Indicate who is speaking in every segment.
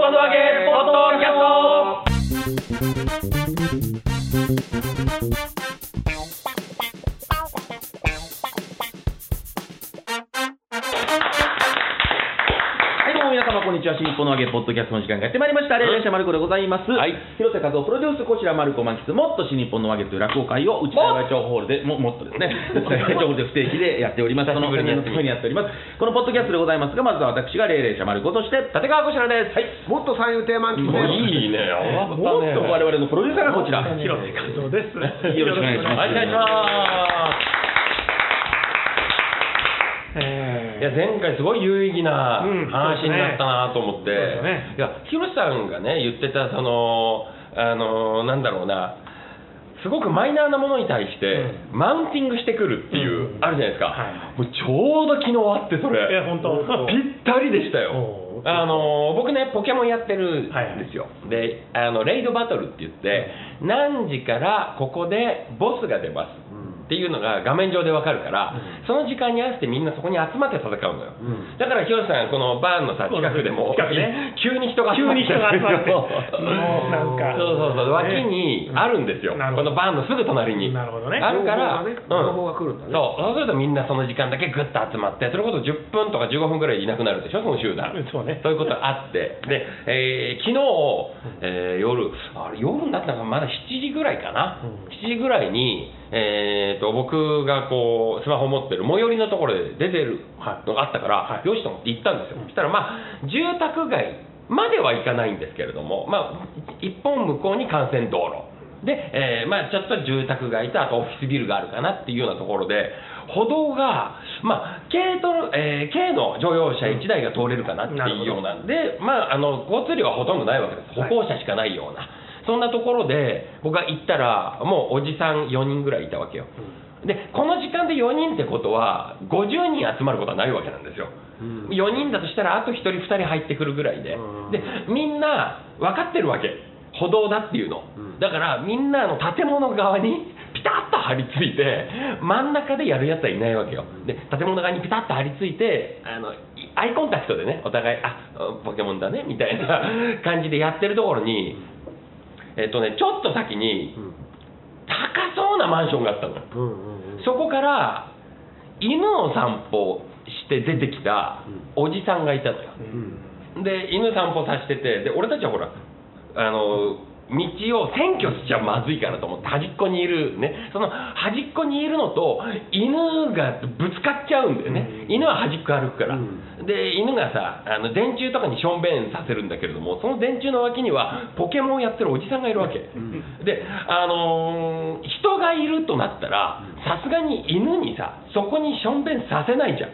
Speaker 1: ワンドアゲポッドキャストはい、どうも皆様、こんにちは。新日本の揚げ、ポッドキャストの時間がやってまいりました。レイレッシャーマルコでございます。
Speaker 2: はい
Speaker 1: 広瀬和夫プロデュース、こちらマルコ満喫、もっと新日本の揚げという落語会を、内田会長ホールで、ももっとですね、内田会長ホールで不定期でやっております。そ
Speaker 2: 久
Speaker 1: の
Speaker 2: しぶりにやってみ
Speaker 1: にやっております。このポッドキャストでございますが、まずは私がレイレッシャーマルコとして、
Speaker 2: 立川こちらです。はい。
Speaker 3: もっと三遊亭満喫
Speaker 2: もう
Speaker 3: です。
Speaker 2: いいね。
Speaker 1: もっと我々のプロデューサーがこちら、広瀬和
Speaker 3: そうです。
Speaker 1: 夫。よろしくお願いし
Speaker 2: お
Speaker 1: ます。
Speaker 2: 願いします。
Speaker 3: えー
Speaker 2: いや前回すごい有意義な
Speaker 3: うん
Speaker 2: 話になったなと思って、
Speaker 3: そうですね
Speaker 2: いやひろしさんがね言ってたそのあのなんだろうなすごくマイナーなものに対して、マウンティングしてくるっていう、あるじゃないですか、もうちょうど昨日あってそれ
Speaker 4: いや本当
Speaker 2: ぴったりでしたよ
Speaker 4: おう
Speaker 2: あの僕ねポケモンやってるんですよ、であのレイドバトルって言って、何時からここでボスが出ますっていうのが画面上でわかるから、その時間に合わせてみんなそこに集まって戦うのよ、だからヒロシさんこのバーンのさ近くでも、
Speaker 4: 近くね
Speaker 2: 急に人が集
Speaker 4: 急
Speaker 2: まっ
Speaker 4: に
Speaker 2: て
Speaker 4: 人が集まって、もうなんか、
Speaker 2: そうそうそう脇にあるんですよ、
Speaker 4: なる
Speaker 2: こ
Speaker 4: ほど
Speaker 2: のバーンのすぐ隣に
Speaker 4: なるほどね
Speaker 2: あるから、
Speaker 3: 情報がね情報が来るんだね
Speaker 2: そうそうするとみんなその時間だけぐっと集まってそれこそ10分とか15分ぐらいいなくなるでしょその集団
Speaker 4: そうね
Speaker 2: いうことがあってで、えー昨日、えー夜あれ夜になったのがまだ7時ぐらいかな、7時ぐらいにえー、と僕がこうスマホ持ってる最寄りのところで出てるのがあったから、よしと思って行ったんですよ、そしたらまあ住宅街までは行かないんですけれども、まあ、一本向こうに幹線道路で、えーまあ、ちょっと住宅街とあとオフィスビルがあるかなっていうようなところで歩道が、まあ軽とえー軽の乗用車1台が通れるかなっていうようなで、まあ、あの交通量はほとんどないわけです歩行者しかないような、そんなところで僕が行ったらもうおじさん4人ぐらいいたわけよ、でこの時間で4人ってことは50人集まることはないわけなんですよ、4人だとしたらあと1人2人入ってくるぐらいで、でみんな分かってるわけ歩道だっていうの、だからみんなあの建物側に ピタッと張り付いて真ん中でやるやつはいないわけよで建物側にピタッと張り付いてあのいアイコンタクトでねお互いあポケモンだねみたいな 感じでやってるところにえっとねちょっと先に高そうなマンションがあったのよそこから犬を散歩して出てきたおじさんがいたのよ、で犬散歩させててで俺たちはほらあの道を占拠しちゃまずいからと思って端っこにいるねその端っこにいるのと犬がぶつかっちゃうんだよね、犬は端っこ歩くから、で犬がさあの電柱とかにしょんべんさせるんだけれどもその電柱の脇にはポケモンやってるおじさんがいるわけ、であのー人がいるとなったらさすがに犬にさそこにしょんべんさせないじゃん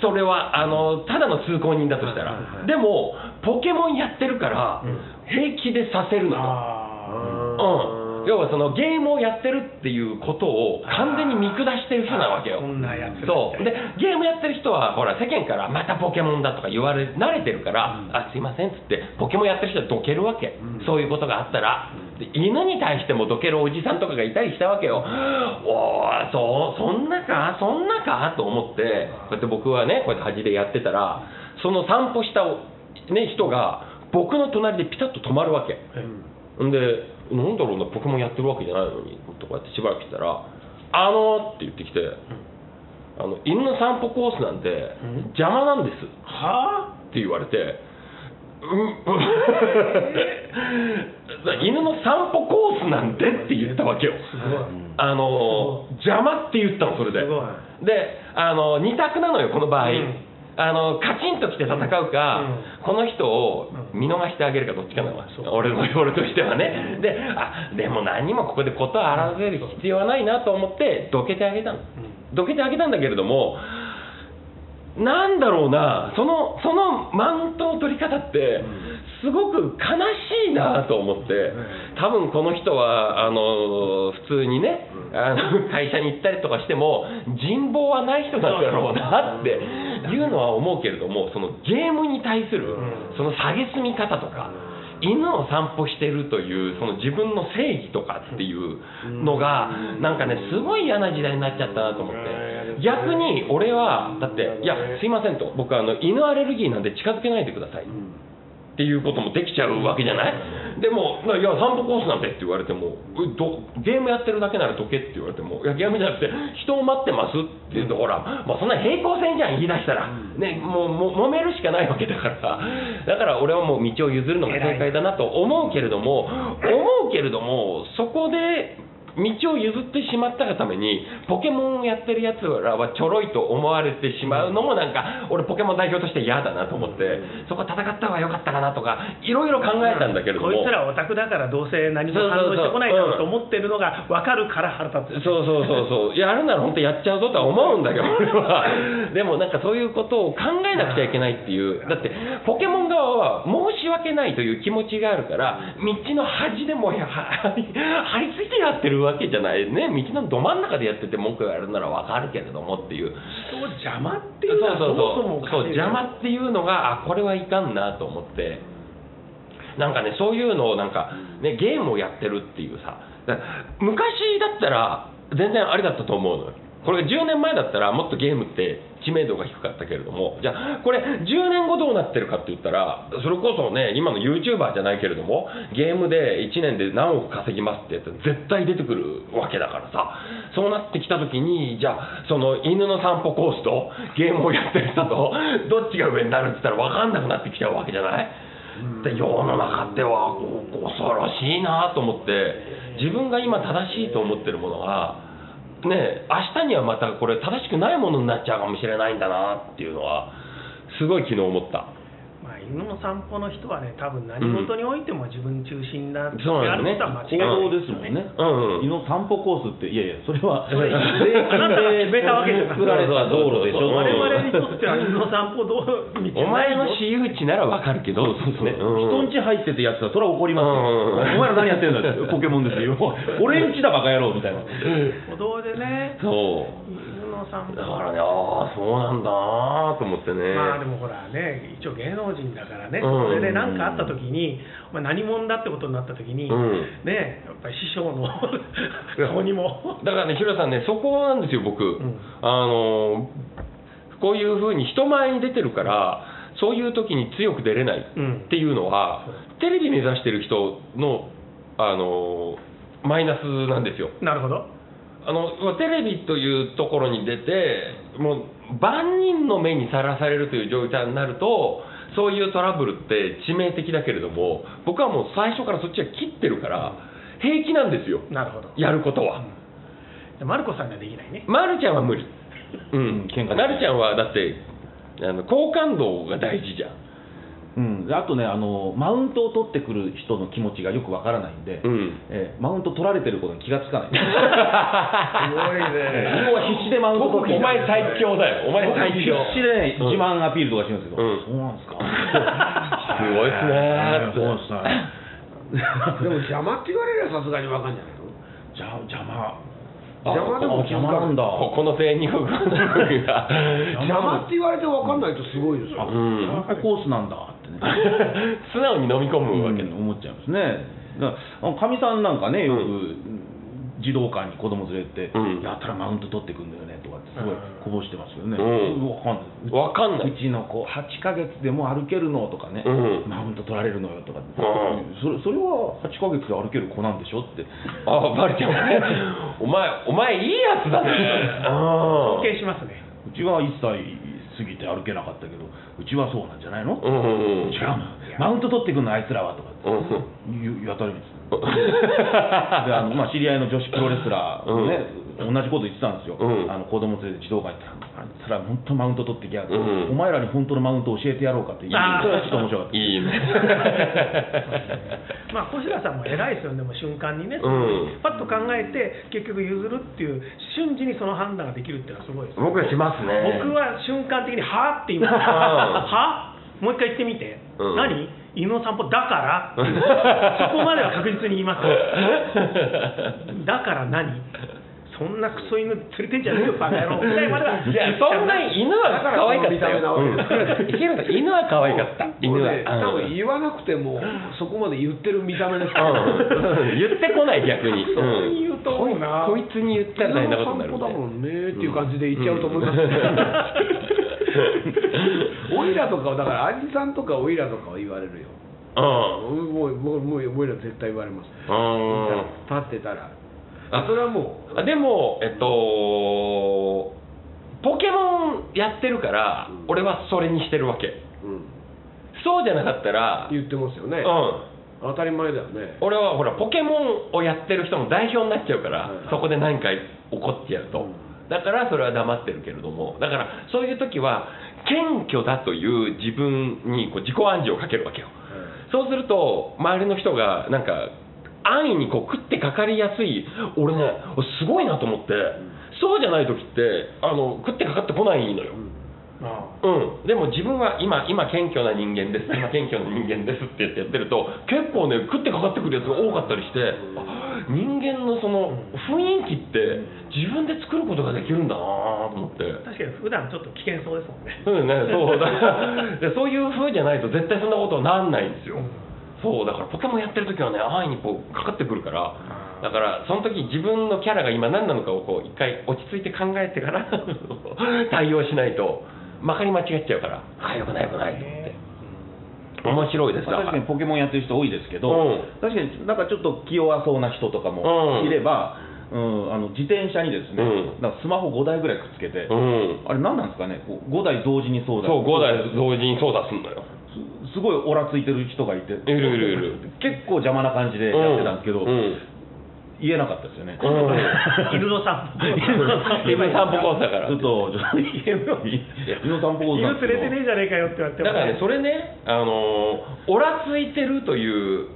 Speaker 2: それはあのただの通行人だとしたら、でもポケモンやってるから、平気でさせるのよ、
Speaker 4: あ
Speaker 2: うん、要はそのゲームをやってるっていうことを完全に見下してる人なわけよ
Speaker 4: こんなやつ
Speaker 2: そうでゲームやってる人はほら世間からまたポケモンだとか言われ慣れてるから、あすいませんっつってポケモンやってる人はどけるわけ、そういうことがあったらで犬に対してもどけるおじさんとかがいたりしたわけよ、おーそそんなかそんなかと思ってこうやって僕はねこうやって端でやってたらその散歩した、ね、人が僕の隣でピタッと止まるわけ、んで、なんだろうな、ポケモンやってるわけじゃないのに、とかやってしばらくしたら、あのーって言ってきて、あの犬の散歩コースなんて邪魔なんですっ
Speaker 4: はあ
Speaker 2: て言われて、うん、うん 犬の散歩コースなんてって言ったわけよ。あのー邪魔って言ったのそれで
Speaker 4: ご
Speaker 2: であの2択なのよこの場合、
Speaker 4: ん
Speaker 2: あのカチンと来て戦うか、この人を
Speaker 4: う
Speaker 2: 見逃してあげるかどっちかなの、俺の俺としてはねであでも何もここで事を荒らせる必要はないなと思ってどけてあげたの、どけてあげたんだけれどもなんだろうなそのそのマウントの取り方ってすごく悲しいなと思って多分この人はあの普通にねあの会社に行ったりとかしても人望はない人なんだろうなっていうのは思うけれどもそのゲームに対するその蔑み方とか犬を散歩してるというその自分の正義とかっていうのがなんかねすごい嫌な時代になっちゃったなと思って逆に俺はだって「いやすいません」と「僕あの犬アレルギーなんで近づけないでください」ってっていうこともできちゃうわけじゃないでも、いや、散歩コースなんてって言われても、えどゲームやってるだけならどけって言われても、いや、ゲームじゃなくて、人を待ってますって言うと、ほら、まあ、そんな平行線じゃん、言い出したら、ね、もうも揉めるしかないわけだから、だから俺はもう道を譲るのが正解だなと思うけれども、思うけれども、そこで、道を譲ってしまったがためにポケモンをやってるやつらはちょろいと思われてしまうのもなんか俺ポケモン代表として嫌だなと思ってそこ戦った方が良かったかなとかいろいろ考えたんだけれど
Speaker 4: こ
Speaker 2: も
Speaker 4: いつらオタクだからどうせ何も反応してこないだろうと思ってるのが分かるから腹立つ
Speaker 2: そうそうそうそうやるなら本当やっちゃうぞとは思うんだ けど俺はでもなんかそういうことを考えなくちゃいけないっていうだってポケモン側は申し訳ないという気持ちがあるから道の端でもうは張り付いてやってるわけじゃないね道のど真ん中でやってて文句があるならわかるけれどもっていう
Speaker 4: 人を邪魔って
Speaker 2: そ
Speaker 4: いううのは
Speaker 2: そ
Speaker 4: そうもそもお
Speaker 2: そう
Speaker 4: か
Speaker 2: そう
Speaker 4: しい
Speaker 2: 邪魔っていうのがあこれはいかんなと思ってなんかねそういうのをなんか、ね、ゲームをやってるっていうさだ昔だったら全然ありだったと思うのよこれが10年前だったらもっとゲームって知名度が低かったけれどもじゃあこれ10年後どうなってるかって言ったらそれこそね今の YouTuber じゃないけれどもゲームで1年で何億稼ぎますってやつ絶対出てくるわけだからさそうなってきた時にじゃあその犬の散歩コースとゲームをやってる人とどっちが上になるって言ったら分かんなくなってきちゃうわけじゃないで世の中ってはこう恐ろしいなと思って自分が今正しいと思ってるものがねえ明日にはまたこれ正しくないものになっちゃうかもしれないんだなっていうのはすごい昨日思った
Speaker 4: まあ、犬の散歩の人はね多分何事においても自分中心なって
Speaker 2: そう
Speaker 4: あ
Speaker 2: なん
Speaker 4: る
Speaker 2: だ
Speaker 4: こ
Speaker 2: よね
Speaker 4: とは
Speaker 1: 行動ですもんね、
Speaker 4: 間違いない
Speaker 2: うんうん
Speaker 1: 犬の散歩コースっていやいやそれは
Speaker 4: それあなたが決めたわけじゃなく
Speaker 1: 作られた道路でしょ
Speaker 2: そ
Speaker 4: 我
Speaker 2: うそうそう
Speaker 4: 々にとっては犬の散歩道路みたい
Speaker 2: お
Speaker 4: な
Speaker 2: 前の私有地ならわかるけどそうですね、
Speaker 1: 人ん
Speaker 2: ん
Speaker 1: 家入っててやつはそれは怒ります
Speaker 2: う
Speaker 1: よ、お
Speaker 2: んうんうん
Speaker 1: 前ら何やってんだってポケモンですよ俺ん家だバカ野郎みたいな
Speaker 4: 歩道でね
Speaker 2: そう
Speaker 4: 犬の散
Speaker 2: だ
Speaker 4: 歩
Speaker 2: からねああそうなんだなと思ってね
Speaker 4: まあでもほらね一応芸能人だからね、そ
Speaker 2: うん
Speaker 4: れで何かあった時に、まあ、何者だってことになった時に、
Speaker 2: うん
Speaker 4: ねやっぱり師匠の顔にも
Speaker 2: だからね、ヒロさんね、そこなんですよ、僕、
Speaker 4: ん
Speaker 2: あのこういうふうに人前に出てるから、そういう時に強く出れない
Speaker 4: うん
Speaker 2: っていうのは、テレビ目指してる人の、あのマイナスなんですよ。
Speaker 4: なるほど
Speaker 2: あのまあテレビというところに出てもう万人の目にさらされるという状態になるとそういうトラブルって致命的だけれども僕はもう最初からそっちは切ってるから平気なんですよ
Speaker 4: なるほど
Speaker 2: やることは。
Speaker 4: でマルコさんができないね
Speaker 2: まるちゃんは無理。う
Speaker 1: うん
Speaker 2: ん、
Speaker 1: 喧嘩しない
Speaker 2: まるちゃんはだって、あの好感度が大事じゃん。
Speaker 1: うん、であとねあのマウントを取ってくる人の気持ちがよくわからないんで、
Speaker 2: うん
Speaker 1: えーマウント取られてることに気がつかない 犬
Speaker 3: ごい ね
Speaker 1: は必死でマウント
Speaker 2: お
Speaker 1: 取って
Speaker 2: 前最強だよ。お前最強。
Speaker 1: 必死で、ね
Speaker 2: うん
Speaker 1: 自慢アピールとかしてるんですけど、
Speaker 2: うん
Speaker 1: そうなんですか
Speaker 2: すごいっすねー
Speaker 1: そうですね
Speaker 3: でも邪魔って言われればさすがにわかんじゃないの
Speaker 1: じゃ邪魔
Speaker 2: あ
Speaker 3: 邪魔でも気づ
Speaker 1: 邪魔
Speaker 3: か
Speaker 1: なんだ
Speaker 2: ここの生 乳が。
Speaker 3: 邪魔って言われてわかんないとすごいですよ
Speaker 2: うん。
Speaker 1: 散歩コースなんだってね
Speaker 2: 素直に飲み込むわけ
Speaker 1: うん思っちゃいますねだからかみさんなんかねよく、
Speaker 2: う
Speaker 1: 児童館に子供連れて、
Speaker 2: うん
Speaker 1: やったらマウント取ってくんだよねとかってすごい
Speaker 4: うん
Speaker 1: こぼしてますよね、
Speaker 2: うん
Speaker 1: わかんない
Speaker 2: わかんないう
Speaker 1: ちの子8ヶ月でも歩けるのとかね、
Speaker 2: うん
Speaker 1: マウント取られるのよとか、
Speaker 2: ん
Speaker 1: それそれは8ヶ月で歩ける子なんでしょって
Speaker 2: あ、まるちゃんはね。お前、お前いいやつだね。
Speaker 4: 尊敬しますね
Speaker 1: うちは1歳過ぎて歩けなかったけどうちはそうなんじゃないの、
Speaker 2: うん。うんうん
Speaker 1: 違うのマウント取ってくんのあいつらはとかって
Speaker 2: うんうん。
Speaker 1: 言うやたりです であのまあ、知り合いの女子プロレスラーもね、同じこと言ってたんですよ、
Speaker 2: うん
Speaker 1: あの子供連れて児童館行ったら、あんたら本当マウント取ってきやがって、
Speaker 2: うん
Speaker 1: お前らに本当のマウント教えてやろうかって言う
Speaker 4: あー
Speaker 1: それはちょっと面白かった。
Speaker 2: いいね。
Speaker 4: まあ小白さんも偉いですよねでも瞬間にね、
Speaker 2: うん
Speaker 4: パッと考えて結局譲るっていう瞬時にその判断ができるっていうのはすごいですよ
Speaker 2: 僕はしますね。
Speaker 4: 僕は瞬間的に「は?」って言います
Speaker 2: うん
Speaker 4: はもう一回言ってみて、
Speaker 2: うん
Speaker 4: 何犬の散歩だ からっていうそこまでは確実に言いますだから何そんなクソ犬連れてんじゃねえよバカ野郎みたいまではい
Speaker 2: や、そんな犬は可愛かったよ。う
Speaker 3: うん
Speaker 2: ん池原さん犬は可愛かった。犬
Speaker 3: こ
Speaker 2: は。
Speaker 3: れね多分言わなくてもそこまで言ってる見た目ですから
Speaker 2: うん言ってこない逆に。
Speaker 4: そこに言うと思うな
Speaker 2: こいこいつに言ったら大変なことになる
Speaker 3: 犬
Speaker 2: みた
Speaker 3: の散歩だ
Speaker 2: い
Speaker 3: も
Speaker 2: な。
Speaker 3: んねっていう感じで言っちゃうと思います、オイラとかはだからアンジさんとかオイラとかは言われるよ
Speaker 2: うん
Speaker 3: もうもうもうもう俺ら絶対言われます
Speaker 2: うん
Speaker 3: 立ってたら
Speaker 2: あ
Speaker 3: それはも
Speaker 2: あでもえっとポケモンやってるから、
Speaker 3: うん
Speaker 2: 俺はそれにしてるわけ
Speaker 3: う、うん、
Speaker 2: そうじゃなかったら、うん、
Speaker 3: 言ってますよね当たり前だよね
Speaker 2: 俺はほらポケモンをやってる人の代表になっちゃうから、
Speaker 3: はい
Speaker 2: そこで何か起こっちゃうと、
Speaker 3: うん
Speaker 2: だからそれは黙ってるけれどもだからそういう時は謙虚だという自分にこう自己暗示をかけるわけよそうすると周りの人がなんか安易にこう食ってかかりやすい俺ねすごいなと思って、そうじゃない時ってあの食ってかかってこないのよ、
Speaker 3: うん
Speaker 4: あ
Speaker 2: うん、でも自分は今、今謙虚な人間です、今謙虚な人間ですって言ってやってると、結構ね、食ってかかってくるやつが多かったりして、あ人間のその雰囲気って、自分で作ることができるんだなと思って。
Speaker 4: 確かに普段ちょっと危険そうですもんね
Speaker 2: うんね、そうだでそういう風じゃないと絶対そんなことはなんないんですよ、そうだからポケモンやってる時はね安易にこうかかってくるからだからその時自分のキャラが今何なのかをこう一回落ち着いて考えてから対応しないとまかり間違っちゃうからあよくないよくないと思って面白いですだ
Speaker 1: まあ
Speaker 2: から
Speaker 1: 確かにポケモンやってる人多いですけど、
Speaker 2: うん
Speaker 1: 確かになんかちょっと気弱そうな人とか
Speaker 2: う
Speaker 1: も
Speaker 2: ん
Speaker 1: いれば、うんあの自転車にですね、
Speaker 2: うん
Speaker 1: なんかスマホ5台ぐらいくっつけて、
Speaker 2: うん
Speaker 1: あれ何なんですかねこう5台同時にそうだ
Speaker 2: そう5台同時に操作すんのよ
Speaker 1: すすごいオラついてる人がいて
Speaker 2: いるいるいる
Speaker 1: 結構邪魔な感じでやってたんですけど、
Speaker 2: うん
Speaker 1: 言えなかったですよね、
Speaker 2: うん
Speaker 4: 犬の散歩
Speaker 2: 今散歩コースだから
Speaker 1: ちょっと、ちょっと言えるように、犬の散歩
Speaker 4: 犬
Speaker 1: 講座
Speaker 4: 連れてねえじゃねえかよって言われても
Speaker 2: だからね、それね、あのー、おらついてるという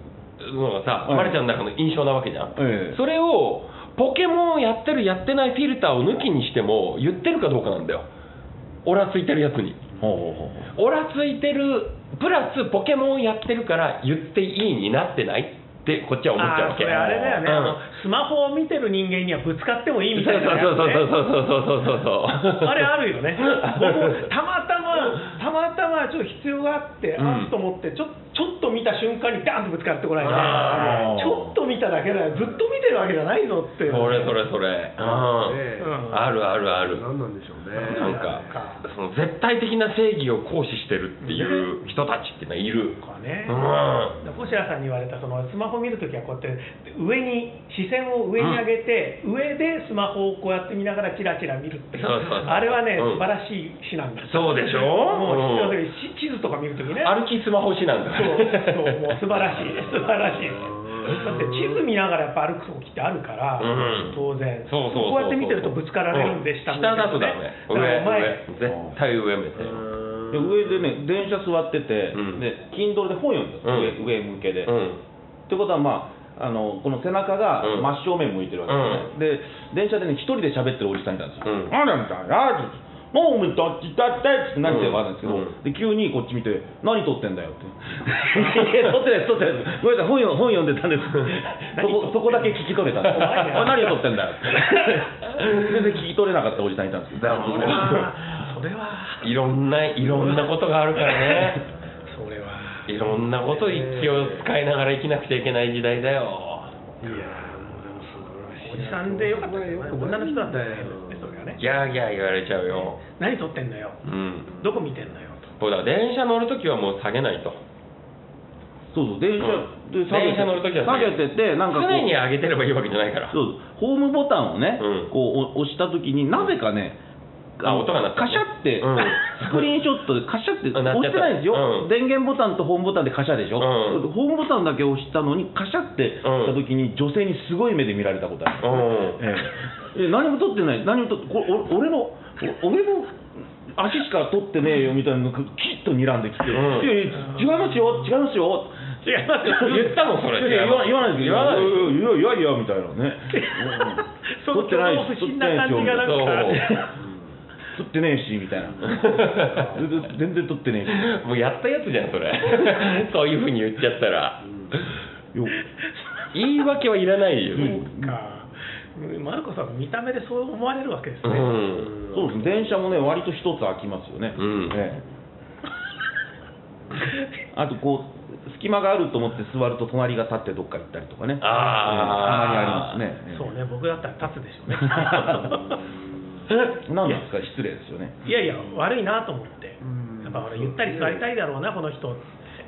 Speaker 2: のがさ、
Speaker 1: はい
Speaker 2: マリちゃんの中の印象なわけじゃん。
Speaker 1: ええ
Speaker 2: それを、ポケモンをやってる、やってないフィルターを抜きにしても、言ってるかどうかなんだよ。おらついてるやつに。
Speaker 1: ほうほうほう
Speaker 2: おらついてる、プラスポケモンやってるから言っていいになってないって、こっちは思っち
Speaker 4: あ
Speaker 2: ゃうわ
Speaker 4: ーそ
Speaker 2: け。
Speaker 4: れあれだよね、あの
Speaker 2: うん
Speaker 4: スマホを見てる人間にはぶつかってもいい
Speaker 2: そう
Speaker 4: み
Speaker 2: そ
Speaker 4: た
Speaker 2: う
Speaker 4: いなやつね、
Speaker 2: そうそうそうそうそうそうそう。
Speaker 4: あれあるよ ね、僕たまたま、たまたまちょっと必要があって、
Speaker 2: うん
Speaker 4: あっと思ってちょ、ちょっと見た瞬間に、ダンとぶつかってこない
Speaker 1: ー
Speaker 2: あ
Speaker 4: ね、ちょっと見ただけだよ、ずっと見てるわけじゃないぞって、
Speaker 2: それそれそれ。うん。
Speaker 3: ね
Speaker 4: うん
Speaker 2: あるあるある。
Speaker 3: 何なんでしょうね
Speaker 2: なんかその絶対的な正義を行使してるっていう人たちっていうのはいる。
Speaker 4: とかね
Speaker 2: う、ん。
Speaker 4: 星野さんに言われた、そのスマホ見るときはこうやって、上に、視線を上に上げて、上でスマホをこうやって見ながら、キラキラ見るっていう、
Speaker 2: そうそうそう
Speaker 4: あれはね、
Speaker 2: うん
Speaker 4: 素晴らしい詩なんだ
Speaker 2: そうでしょ
Speaker 4: もう、
Speaker 2: うん
Speaker 4: し地図とか見るときね。
Speaker 2: 歩きスマホしなん
Speaker 4: そうそう
Speaker 2: だ。
Speaker 4: もう素晴らしい、素晴らしい。だって地図見ながらやっぱ歩く時ってあるから、
Speaker 2: うん
Speaker 4: 当然
Speaker 2: そうそうそ
Speaker 4: こう
Speaker 2: うそう
Speaker 4: やって見てるとぶつかられるんで、
Speaker 2: う
Speaker 4: 下向いて
Speaker 2: 下だとダメ。上
Speaker 4: だからお前
Speaker 2: 上絶対上目線。
Speaker 1: で上でね、電車座ってて、
Speaker 2: うん
Speaker 1: で Kindle で本読んでる、
Speaker 2: う
Speaker 1: 上上
Speaker 2: ん
Speaker 1: 向けで。
Speaker 2: う
Speaker 1: っ
Speaker 2: ん。
Speaker 1: てことは、まああの、この背中が
Speaker 2: うん
Speaker 1: 真正面向いてるわけですね、で電車でね、一人で喋ってるおじさんいたんですよ、
Speaker 2: うん
Speaker 1: あらみたいな、あらもうおめえどっちだってって何て言われたんですけど、
Speaker 2: うん
Speaker 1: で急にこっち見て、何撮ってんだよっ て、いや撮ってないです、撮ってないです、ごめんなさい、本よ本読んでたんです、 そこそこだけ聞き取れたんです、お
Speaker 4: 怖い
Speaker 1: 前何
Speaker 4: な
Speaker 1: を撮ってんだよって、 全然聞き取れなかったおじさんいたんですけど、だからもう
Speaker 4: それは、それはい
Speaker 2: ろんな、いろんなことがあるからね。
Speaker 4: それはい
Speaker 2: ろんなこと気を使いながら生きなくちゃいけない時代だよ。
Speaker 3: いやーもうでも
Speaker 4: お
Speaker 3: 素晴らしい
Speaker 4: じさんでよかったね、女の人だったらね、それはね、
Speaker 2: ギャーギャー言われちゃうよ。
Speaker 4: 何撮ってんのよ、
Speaker 2: うん。
Speaker 4: どこ見てんのよと、
Speaker 2: そうだ、電車乗るときはもう下げないと。
Speaker 1: そうそう、電車
Speaker 2: うん
Speaker 1: で下げ
Speaker 2: 電
Speaker 1: て
Speaker 2: 車乗る時は
Speaker 1: 下げてて、なんかこう
Speaker 2: 常に上げてればいいわけじゃないから。
Speaker 1: そうホームボタンをね、
Speaker 2: うん
Speaker 1: こうお押したときに、なぜかね、
Speaker 2: あ音が鳴った
Speaker 1: カシャって、
Speaker 2: うん
Speaker 1: スクリーンショットでカシャって
Speaker 2: あ鳴っ
Speaker 1: 押
Speaker 2: ちゃ
Speaker 1: して
Speaker 2: った
Speaker 1: ないんですよ、
Speaker 2: うん
Speaker 1: 電源ボタンとホームボタンでカシャでしょ、
Speaker 2: うん
Speaker 1: ホームボタンだけ押したのに、カシャって
Speaker 2: うん
Speaker 1: したときに、女性にすごい目で見られたことある。
Speaker 2: うん。
Speaker 1: ええ、え何も撮ってない、何も撮って、これお俺の、お俺の足しか撮ってねえよみたいなのが、きっと睨んできて、
Speaker 2: うん
Speaker 1: いやいや違いますよ、違いますよ、
Speaker 4: 違いますよ、
Speaker 2: 言ったもんそれ
Speaker 1: いや言わ言わないですけど
Speaker 2: 言わない
Speaker 1: いやいやいやいやみたいなね
Speaker 4: その挙動不審な感じがなん
Speaker 2: そう
Speaker 4: か、
Speaker 1: 撮ってねえしみたいな 全然撮ってねえし
Speaker 2: もうやったやつじゃんそれ そういうふうに言っちゃったら
Speaker 1: よ
Speaker 2: 言い訳はいらないよ、
Speaker 4: そうか、マルコさん、見た目でそう思われるわけです
Speaker 2: う
Speaker 4: ね。
Speaker 2: ん、
Speaker 1: そうですね電車もね割と一つ空きますよね、
Speaker 2: うん
Speaker 1: ええあとこう隙間があると思って座ると隣が立ってどっか行ったりとかね
Speaker 2: あー
Speaker 1: ええたまにありますね
Speaker 4: そうね、僕だったら立つでし ょうね。
Speaker 1: 何ですか失礼ですよね
Speaker 4: いやいや、悪いなと思って、やっぱ俺、ゆったり座りたいだろうな、この人、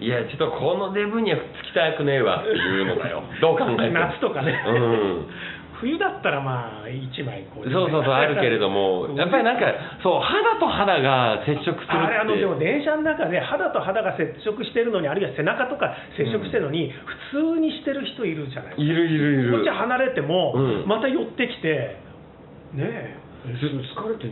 Speaker 2: いや、ちょっとこのデブにはくっつきたくねえわっていうのだ よ。どう考えても。
Speaker 4: 夏とかね
Speaker 2: うん。
Speaker 4: 冬だったらまあ一枚こ
Speaker 2: そうそうそう、あるけれども、 やっぱりなんか、そう、肌と肌が接触するって。
Speaker 4: あれあのでも電車の中で肌と肌が接触してるのにあるいは背中とか接触してるのに、普通にしてる人いるじゃない
Speaker 2: いるいるいる。
Speaker 4: こっち離れても、
Speaker 2: うん
Speaker 4: また寄ってきてね
Speaker 3: 疲れてるんじゃないですか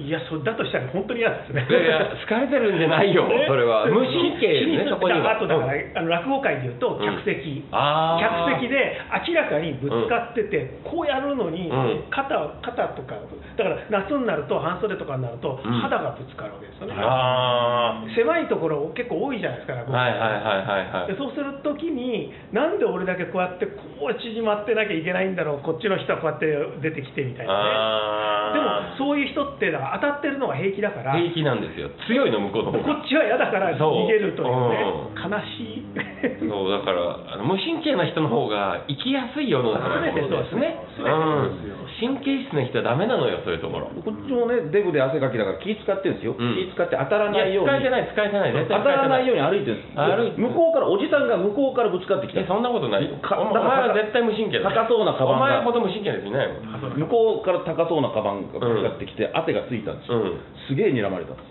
Speaker 4: えいやそれだとしたら本当に嫌ですね
Speaker 2: いやいや、疲れてるんじゃない よ、それは。無神経
Speaker 4: 気に
Speaker 2: ね
Speaker 4: す、る
Speaker 2: そこには。
Speaker 4: あとだから、あの落語界でいうと
Speaker 2: うん
Speaker 4: 客席、
Speaker 2: あー
Speaker 4: 客席で明らかにぶつかってて、こうやるのに
Speaker 2: うん
Speaker 4: 肩肩とかだから夏になると半袖とかになると
Speaker 2: うん
Speaker 4: 肌がぶつかるわけですよね、
Speaker 2: あー
Speaker 4: 狭いところ結構多いじゃないですか落語
Speaker 2: はい
Speaker 4: 界
Speaker 2: はいはいはいは
Speaker 4: で
Speaker 2: い。
Speaker 4: そうするときに、なんで俺だけこうやってこう縮まってなきゃいけないんだろう、こっちの人はこうやって出てきてみたいなね、
Speaker 2: あ
Speaker 4: でもそういう人ってだから当たってるのが平気だから、
Speaker 2: 平気なんですよ。強いの、向こうの
Speaker 4: こ
Speaker 2: 方が。
Speaker 4: っちは嫌だから逃げるというね、
Speaker 2: そう
Speaker 4: 悲しい、
Speaker 2: そうだからあの無神経な人の方が生きやすい世の中なんですね。
Speaker 4: 全てそうです
Speaker 2: うん、神経質な人はダメなのよそういうところ。
Speaker 1: こっちもね、デブで汗かきだから気使ってるんですよ、
Speaker 2: うん
Speaker 1: 気使って当たら
Speaker 2: い
Speaker 1: ない
Speaker 2: や
Speaker 1: よう
Speaker 2: 使え
Speaker 1: に
Speaker 2: て、ない使えてない
Speaker 1: 当
Speaker 2: 絶対使
Speaker 1: たらな
Speaker 2: え
Speaker 1: い
Speaker 2: てない。
Speaker 1: ように歩いてるんです、
Speaker 2: 歩いて
Speaker 1: 向こうから、おじさんが向こうからぶつかってき
Speaker 2: い
Speaker 1: た
Speaker 2: や、そんなことないよ。
Speaker 1: か
Speaker 2: お
Speaker 1: だから
Speaker 2: 前は絶対無神経だ。
Speaker 1: 高そうなカバンが
Speaker 2: お前ほど無神経ですよね。
Speaker 1: 向こうから高そうなカバンがぶつかってきて、汗がついたんですよ、
Speaker 2: うん
Speaker 1: すげえ睨まれたんで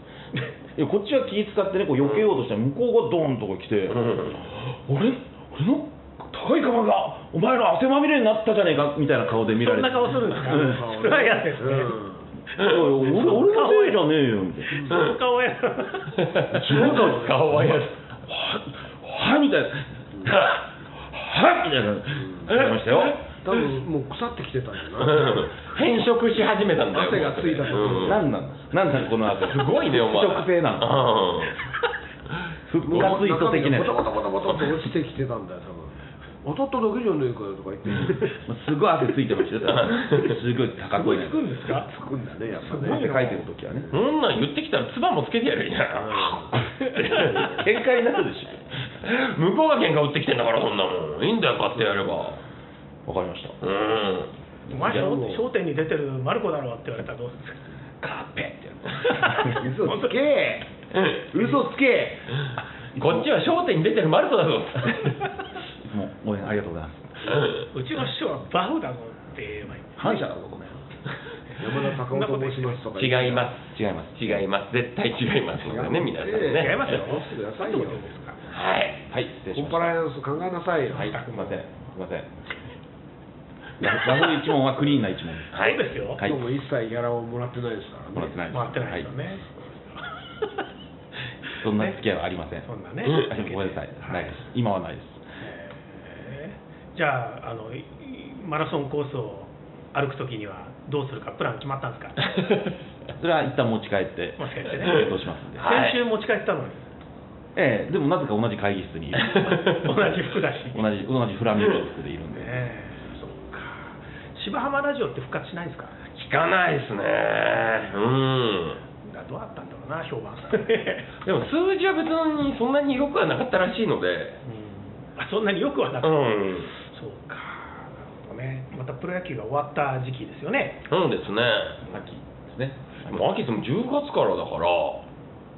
Speaker 1: すよいや、こっちは気使ってね、こう避けようとしたら、向こうがドーンとこ来て、
Speaker 2: うん。
Speaker 1: 俺、俺の高いカバンが、お前の汗まみれになったじゃねえかみたいな顔で見ら
Speaker 4: そん
Speaker 1: れて
Speaker 4: な。顔するんですか、 それは嫌ですね、
Speaker 1: いやいや俺俺のせいじゃねえよみたいな
Speaker 4: その顔は嫌
Speaker 2: 顔はやる。
Speaker 1: ははみたいなははみたいなやりましたよ
Speaker 3: 多分もう腐ってきてたんじゃ
Speaker 2: う
Speaker 3: ない
Speaker 2: ん 変色し始めたんだよ。
Speaker 3: 汗がついたと
Speaker 2: うん
Speaker 1: 何なん何なんこの後
Speaker 2: すごいねお前。
Speaker 1: 腐食性なの
Speaker 2: の。
Speaker 1: 復活意図的なや
Speaker 3: 中身
Speaker 1: つ
Speaker 3: がボタボタボタボタって落ちてきてたんだよ多分当たっただけじゃねえかよとか言って
Speaker 1: すごい汗ついてま したよすごい高声で
Speaker 4: つくんですか、
Speaker 3: つくんだねやっぱ
Speaker 1: 汗
Speaker 3: ね
Speaker 1: かいてる時はね
Speaker 2: そんなん言ってきたら唾もつけてやるじゃん。
Speaker 1: 喧嘩になるでしょ
Speaker 2: 向こうが喧嘩売ってきてんだからそんなもんいいんだよ買ってやれば
Speaker 1: わかりました
Speaker 2: う
Speaker 4: お
Speaker 2: ん
Speaker 4: 前、商店に出てるマルコだろって言われたらどうするんです
Speaker 1: カ
Speaker 4: か。
Speaker 1: ーペってやる
Speaker 3: 嘘つけ嘘つけ
Speaker 2: こっちは商店に出てるマルトだぞ
Speaker 1: もう応援ありがとうございます
Speaker 4: うちの師匠はバフだぞって言えばいい。
Speaker 1: 反射だぞこれ
Speaker 3: 山田隆夫と申しますとか言って
Speaker 2: 違います
Speaker 1: 違います
Speaker 2: 違います絶対違いますのでね皆さん
Speaker 4: 違
Speaker 2: ね
Speaker 4: いますよ。
Speaker 3: 直してくださいよ
Speaker 2: はい
Speaker 1: はい失礼しました
Speaker 3: コンプライアンス考えなさいよ
Speaker 1: はいすいませんすいませんラフ一問はクリーンな一問です
Speaker 2: はい
Speaker 4: そうですよ。
Speaker 1: はい
Speaker 3: 今日も一切ギャラをもらってないですからね
Speaker 1: もらってないです
Speaker 4: 回ってないですよね。
Speaker 1: そんな付き合いはありません。
Speaker 4: そんなね
Speaker 1: うごめんなさい。
Speaker 4: は
Speaker 1: な
Speaker 4: い
Speaker 1: いです。今はない です。
Speaker 4: えーじゃああのいマラソンコースを歩くときにはどうするかプラン決まったんですか。
Speaker 1: それは一旦持ち帰って、
Speaker 4: 持ち帰ってね
Speaker 1: えーどうしますんで。
Speaker 2: はい
Speaker 4: 先週持ち帰ったのに
Speaker 1: ええでもなぜか同じ会議室にいる。
Speaker 4: 同じ服だし。
Speaker 1: 同じ同じフラミンゴの服でいるん
Speaker 4: ね
Speaker 1: で。
Speaker 4: えそっか。芝浜ラジオって復活しないんですか。
Speaker 2: 聞かないですねうん
Speaker 4: だどうだったんだろ うな評判。
Speaker 2: でも数字は別にそんなに良くはなかったらしいので
Speaker 4: うんあそんなによくはな
Speaker 2: う
Speaker 4: かった。
Speaker 2: ん
Speaker 4: そうか、なるほどね。またプロ野球が終わった時期ですよね。
Speaker 2: そうですね
Speaker 1: 秋ですね。
Speaker 2: でも秋でも10月からだから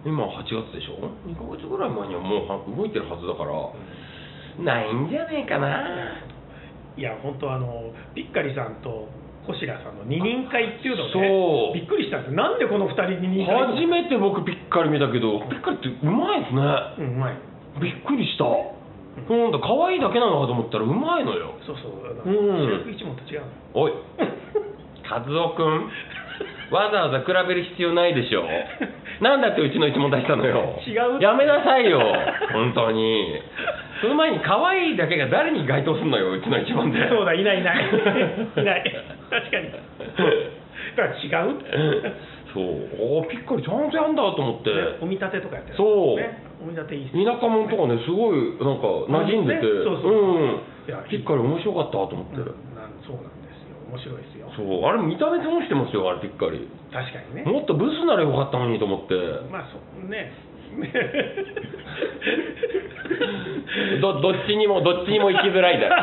Speaker 2: 今8月でしょ2ヶ月ぐらい前にはもうは動いてるはずだからないんじゃねえかない
Speaker 4: や、本当あの、ピッカリさんと小白さんの二人会っていうの
Speaker 2: そう
Speaker 4: をね、びっくりしたんですよ。なんでこの二人二人
Speaker 2: 初
Speaker 4: 会
Speaker 2: めて僕ピッカリ見たけどピッカリってうまいですね
Speaker 4: うん、うまい。
Speaker 2: びっくりしたなんだ可愛いだけなのかと思ったらうまいのよ
Speaker 4: そうそう、あの
Speaker 2: うん
Speaker 4: 白く一門と違うの。
Speaker 2: お い和夫くんわざわざ比べる必要ないでしょなんだってうちの一問出したのよ
Speaker 4: 違うって
Speaker 2: やめなさ いよ本当にその前に可愛いだけが誰に該当すんのようちの一問で
Speaker 4: そうだ、い ないいない。いない。確かに。だから違うって。
Speaker 2: そうおーピッカリちゃんとやんだと思って
Speaker 4: お見立てとかやってる、
Speaker 2: そう
Speaker 4: ね。お見立ていいっすね
Speaker 2: 田舎もんとかねすごいなんか馴染んでて
Speaker 4: ねそうそう
Speaker 2: うん
Speaker 4: いや
Speaker 2: ピッカリ面白かったと思って
Speaker 4: うんなんそうなんですよ。面白いですよ。
Speaker 2: そうあれ見た目損してますよあれピッカリ
Speaker 4: 確かにね。
Speaker 2: もっとブスならよかったのにと思って
Speaker 4: まあそう ね。
Speaker 2: どどっちにもどっちにも行きづらいだろ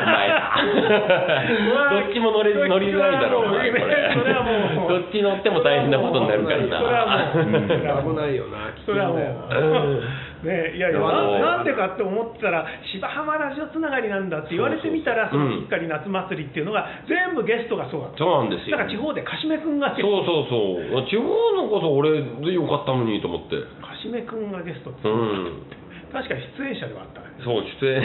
Speaker 2: お前どっちも乗れ乗りづらいだろ お前これ
Speaker 4: それはもう
Speaker 2: どっち乗っても大変なことになるか
Speaker 4: それは
Speaker 2: ら
Speaker 4: も
Speaker 2: な
Speaker 4: う、
Speaker 3: 危ないよな
Speaker 4: それはもう、
Speaker 2: うん
Speaker 4: ね、いやいや
Speaker 2: いやもう
Speaker 4: ななんでかって思ったら芝浜ラジオつながりなんだって言われてみたらそ
Speaker 2: そうそうそう
Speaker 4: のきっかり夏祭りっていうのが全部ゲストがそうだった
Speaker 2: そうなんですよ
Speaker 4: だから地方でかしめ君がゲス
Speaker 2: そ
Speaker 4: ト
Speaker 2: うそうそう地方のこそ俺でよかったのにと思ってう
Speaker 4: かしめ君がゲストって、
Speaker 2: ん
Speaker 4: 確かに出演者ではあったね
Speaker 2: そう出 演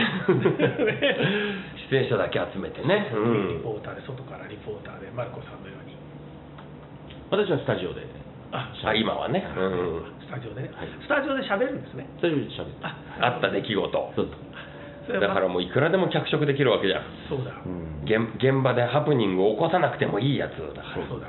Speaker 2: 出演者だけ集めてねう
Speaker 4: リ
Speaker 2: ん
Speaker 4: ポーターで外からリポーターでマルコさんのように
Speaker 1: 私はスタジオで
Speaker 4: あ
Speaker 2: あ今はね、うん、
Speaker 4: スタジオでね、
Speaker 1: はい
Speaker 4: スタジオで喋るんですね
Speaker 1: スタジオで喋って
Speaker 4: あ
Speaker 2: あった出来事
Speaker 1: そうです
Speaker 4: それ
Speaker 2: だ
Speaker 4: はま
Speaker 2: からもういくらでも脚色できるわけじゃん
Speaker 4: そうだ、
Speaker 1: うん
Speaker 2: 現現場でハプニングを起こさなくてもいいやつだから
Speaker 4: そうだ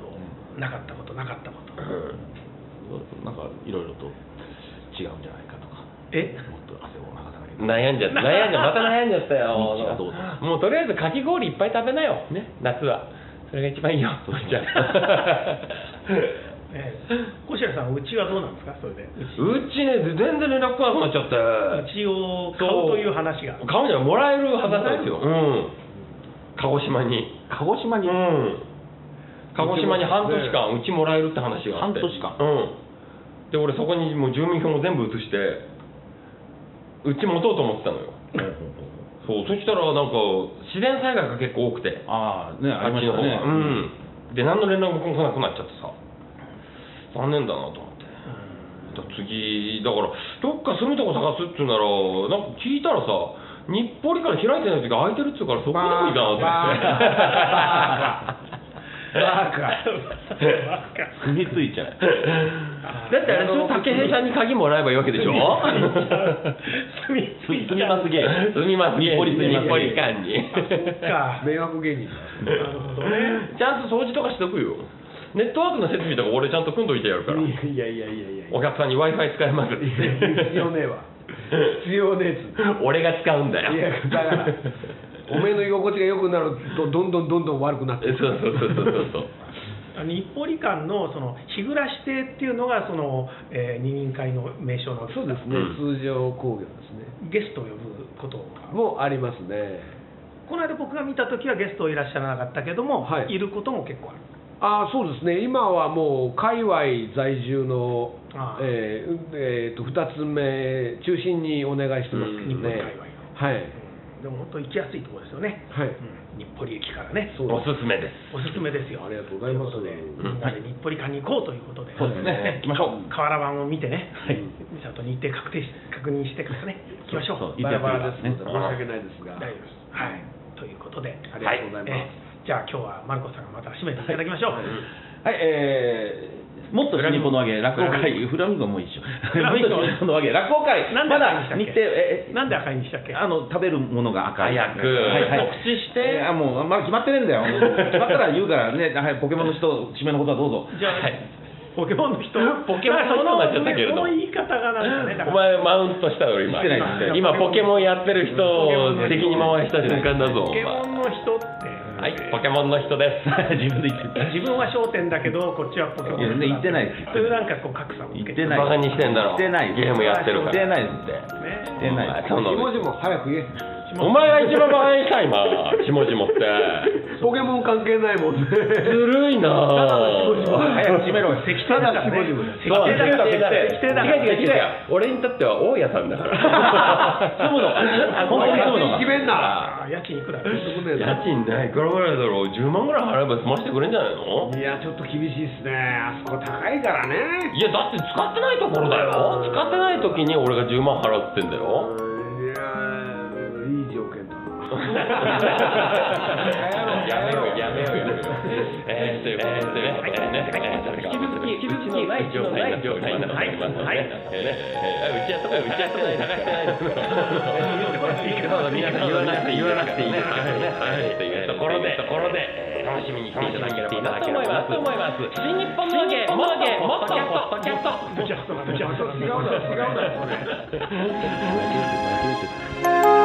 Speaker 4: そうなかったことなかったこと
Speaker 2: うん
Speaker 1: なんかいろいろと違うんじゃないかとか
Speaker 4: え
Speaker 1: もっと汗を流さなきゃいけない
Speaker 2: 悩ん じゃった悩んじゃまた悩んじゃったよ
Speaker 1: ミッチがどうだ
Speaker 2: もうとりあえずかき氷いっぱい食べなよ、ね、夏はそれが一番いいよじゃあ
Speaker 4: ええ、小白さん、うちはどうなんですか、それで。うち
Speaker 2: うちね全然連絡来なくなっちゃって
Speaker 4: うちを買うという話が。
Speaker 2: 買うんじゃないもらえるはずだったんですよ、うん、鹿児島に
Speaker 1: 鹿児島
Speaker 2: う
Speaker 1: に、
Speaker 2: ん鹿児島に半年間うちもらえるって話があって
Speaker 1: 半年間
Speaker 2: うんで俺そこにもう住民票も全部移してうち持とうと思ってたのよそうそしたらなんか自然災害が結構多くて
Speaker 1: ああねありました
Speaker 2: あっ
Speaker 1: ね
Speaker 2: ちの方がうんで何の連絡も来なくなっちゃってさ残念だなと思ってだから次だからどっか住むとこ探すっつうならなんか聞いたらさ日暮里から開いてない時が空いてるっつうからそこでもいいかなと思って
Speaker 1: バカ 踏みついちゃう
Speaker 2: だってあれでしょ武平さんに鍵もらえばいいわけでしょ
Speaker 4: すみ
Speaker 1: すすみますげえ
Speaker 2: 住みます
Speaker 1: 日暮里住みます
Speaker 2: 日暮里館に
Speaker 4: か。
Speaker 3: 迷惑芸人
Speaker 4: なるほどね。
Speaker 2: ちゃんと掃除とかしとくよネットワークの設備とか俺ちゃんと組んどいてやるから
Speaker 3: だいやいやいやいやい
Speaker 2: お客さんに w i f i 使えますっ
Speaker 3: や必要
Speaker 2: て
Speaker 3: ねえわ必要ねえっつって
Speaker 2: 俺が使うんだよ
Speaker 3: いやだからおめえの居心地が良くなるとどんどんどんどん悪くなって
Speaker 2: そう
Speaker 3: る
Speaker 2: そうそうそうそう
Speaker 4: あの日暮里館のその日暮らし亭っていうのがその、えー二人会の名称の
Speaker 3: そうですね、通常工業ですね
Speaker 4: ゲストを呼ぶことが
Speaker 3: もうありますね
Speaker 4: この間僕が見た時はゲストいらっしゃらなかったけども、
Speaker 3: はい
Speaker 4: いることも結構ある。
Speaker 3: ああそうですね今はもう界隈在住の
Speaker 4: ああ
Speaker 3: えーうんえーと2つ目中心にお願いしてますけ
Speaker 4: 日
Speaker 3: ど
Speaker 4: 本
Speaker 3: ね
Speaker 4: 界隈の、
Speaker 3: はい
Speaker 4: うんでも本当行きやすいところですよね、
Speaker 3: はい
Speaker 4: うん日暮里駅からね
Speaker 3: そう
Speaker 2: お
Speaker 3: です
Speaker 2: すめです
Speaker 4: おすすめですよ
Speaker 3: ありがとうございます
Speaker 4: ということで
Speaker 2: うん
Speaker 4: みんなで日暮里館に行こうということで、
Speaker 1: そうですね行きましょう
Speaker 4: 河原版を見てね、
Speaker 1: い
Speaker 4: ちゃんと日程確定し確認してからね行きましょう
Speaker 1: そう
Speaker 3: すバラバラですので申し訳ないですが
Speaker 4: 大丈夫ですはいということで
Speaker 3: ありがとうございま
Speaker 4: えじゃあ今日はマルコさんがまた締めていただきましょう、
Speaker 1: はい、えー、もっと新日本のわけ、落語会、フラミンゴも一緒。
Speaker 4: フラミンゴ
Speaker 1: もっと新日本のわけ、落語会、
Speaker 4: なんで
Speaker 1: ま
Speaker 4: 赤
Speaker 1: だ日
Speaker 4: にしたっけ
Speaker 1: 程、え、え
Speaker 4: なんで赤いにしたっけ
Speaker 1: あの、食べるものが赤い。
Speaker 2: 早く
Speaker 1: はいはい、
Speaker 2: 告知して
Speaker 1: えーあ、もう、まだ決まってねえんだよ。決まったら言うからね、はい、ポケモンの人、締めのことはどうぞ。
Speaker 4: じゃあ、
Speaker 2: はい
Speaker 4: ポケモンの人
Speaker 2: ポケモンの人になっちゃったけれど
Speaker 4: その言い方がなんかねだ
Speaker 2: お
Speaker 4: から
Speaker 2: 前マウントしたよ今
Speaker 1: してないです
Speaker 2: 今ポケモンやってる人を敵に回した瞬間だぞ
Speaker 4: ポ
Speaker 2: お
Speaker 4: ケ
Speaker 2: 前
Speaker 4: モンの人って、
Speaker 2: はいポケモンの人です
Speaker 1: 自分で言って
Speaker 4: 自分は商店だけどこっちはポケモン
Speaker 1: いや言ってないです
Speaker 4: そういうなんかこう格差をつ
Speaker 1: 言
Speaker 4: け
Speaker 1: ってない。
Speaker 2: バカにしてんだろ
Speaker 1: 言ってない。
Speaker 2: ゲームやってるから
Speaker 1: 言ってないですって。
Speaker 4: ね
Speaker 1: 言ってない。
Speaker 2: その
Speaker 3: 気持ちも早く言え
Speaker 2: お前が一番バカにした今下々って
Speaker 3: ポケモン関係ないもんね
Speaker 2: ずるいなぁ
Speaker 1: 早く締め ろよ。
Speaker 4: 適当だからね
Speaker 2: そう、適
Speaker 4: 適当だから
Speaker 2: 正だ
Speaker 4: ね適正だから
Speaker 2: 違う違う違う。俺にとっては大家さんだから。
Speaker 1: 住むの
Speaker 2: あ
Speaker 1: 本当に住むの
Speaker 3: 勝手に決めんな
Speaker 4: あー家賃いくら
Speaker 3: 納得ねえな
Speaker 2: 家賃ね、いくらぐらいだろう。10万ぐらい払えば済ましてくれんじゃないの
Speaker 3: いやちょっと厳しいっすねあそこ高いからね
Speaker 2: いや、だって使ってないところだよ。使ってない時に俺が10万払ってんだよ。
Speaker 3: いやいい条件だな
Speaker 2: やめようやめようやめよう。えー、ということでね、えーね、えー引き続き、引き続き、ない状態になっておりますので。はい、えーうちやったことない、うちやったことない、流してないです。皆さん言わなくていい、言わなくていいですからね。はい、というところで、ところで、えー楽しみにしていただければなと思います。と思います。新日本の芸、もっと、もっと、もっと、
Speaker 4: ちょっと待ってちょっと待って
Speaker 3: 違うな違うなそれ
Speaker 1: 違う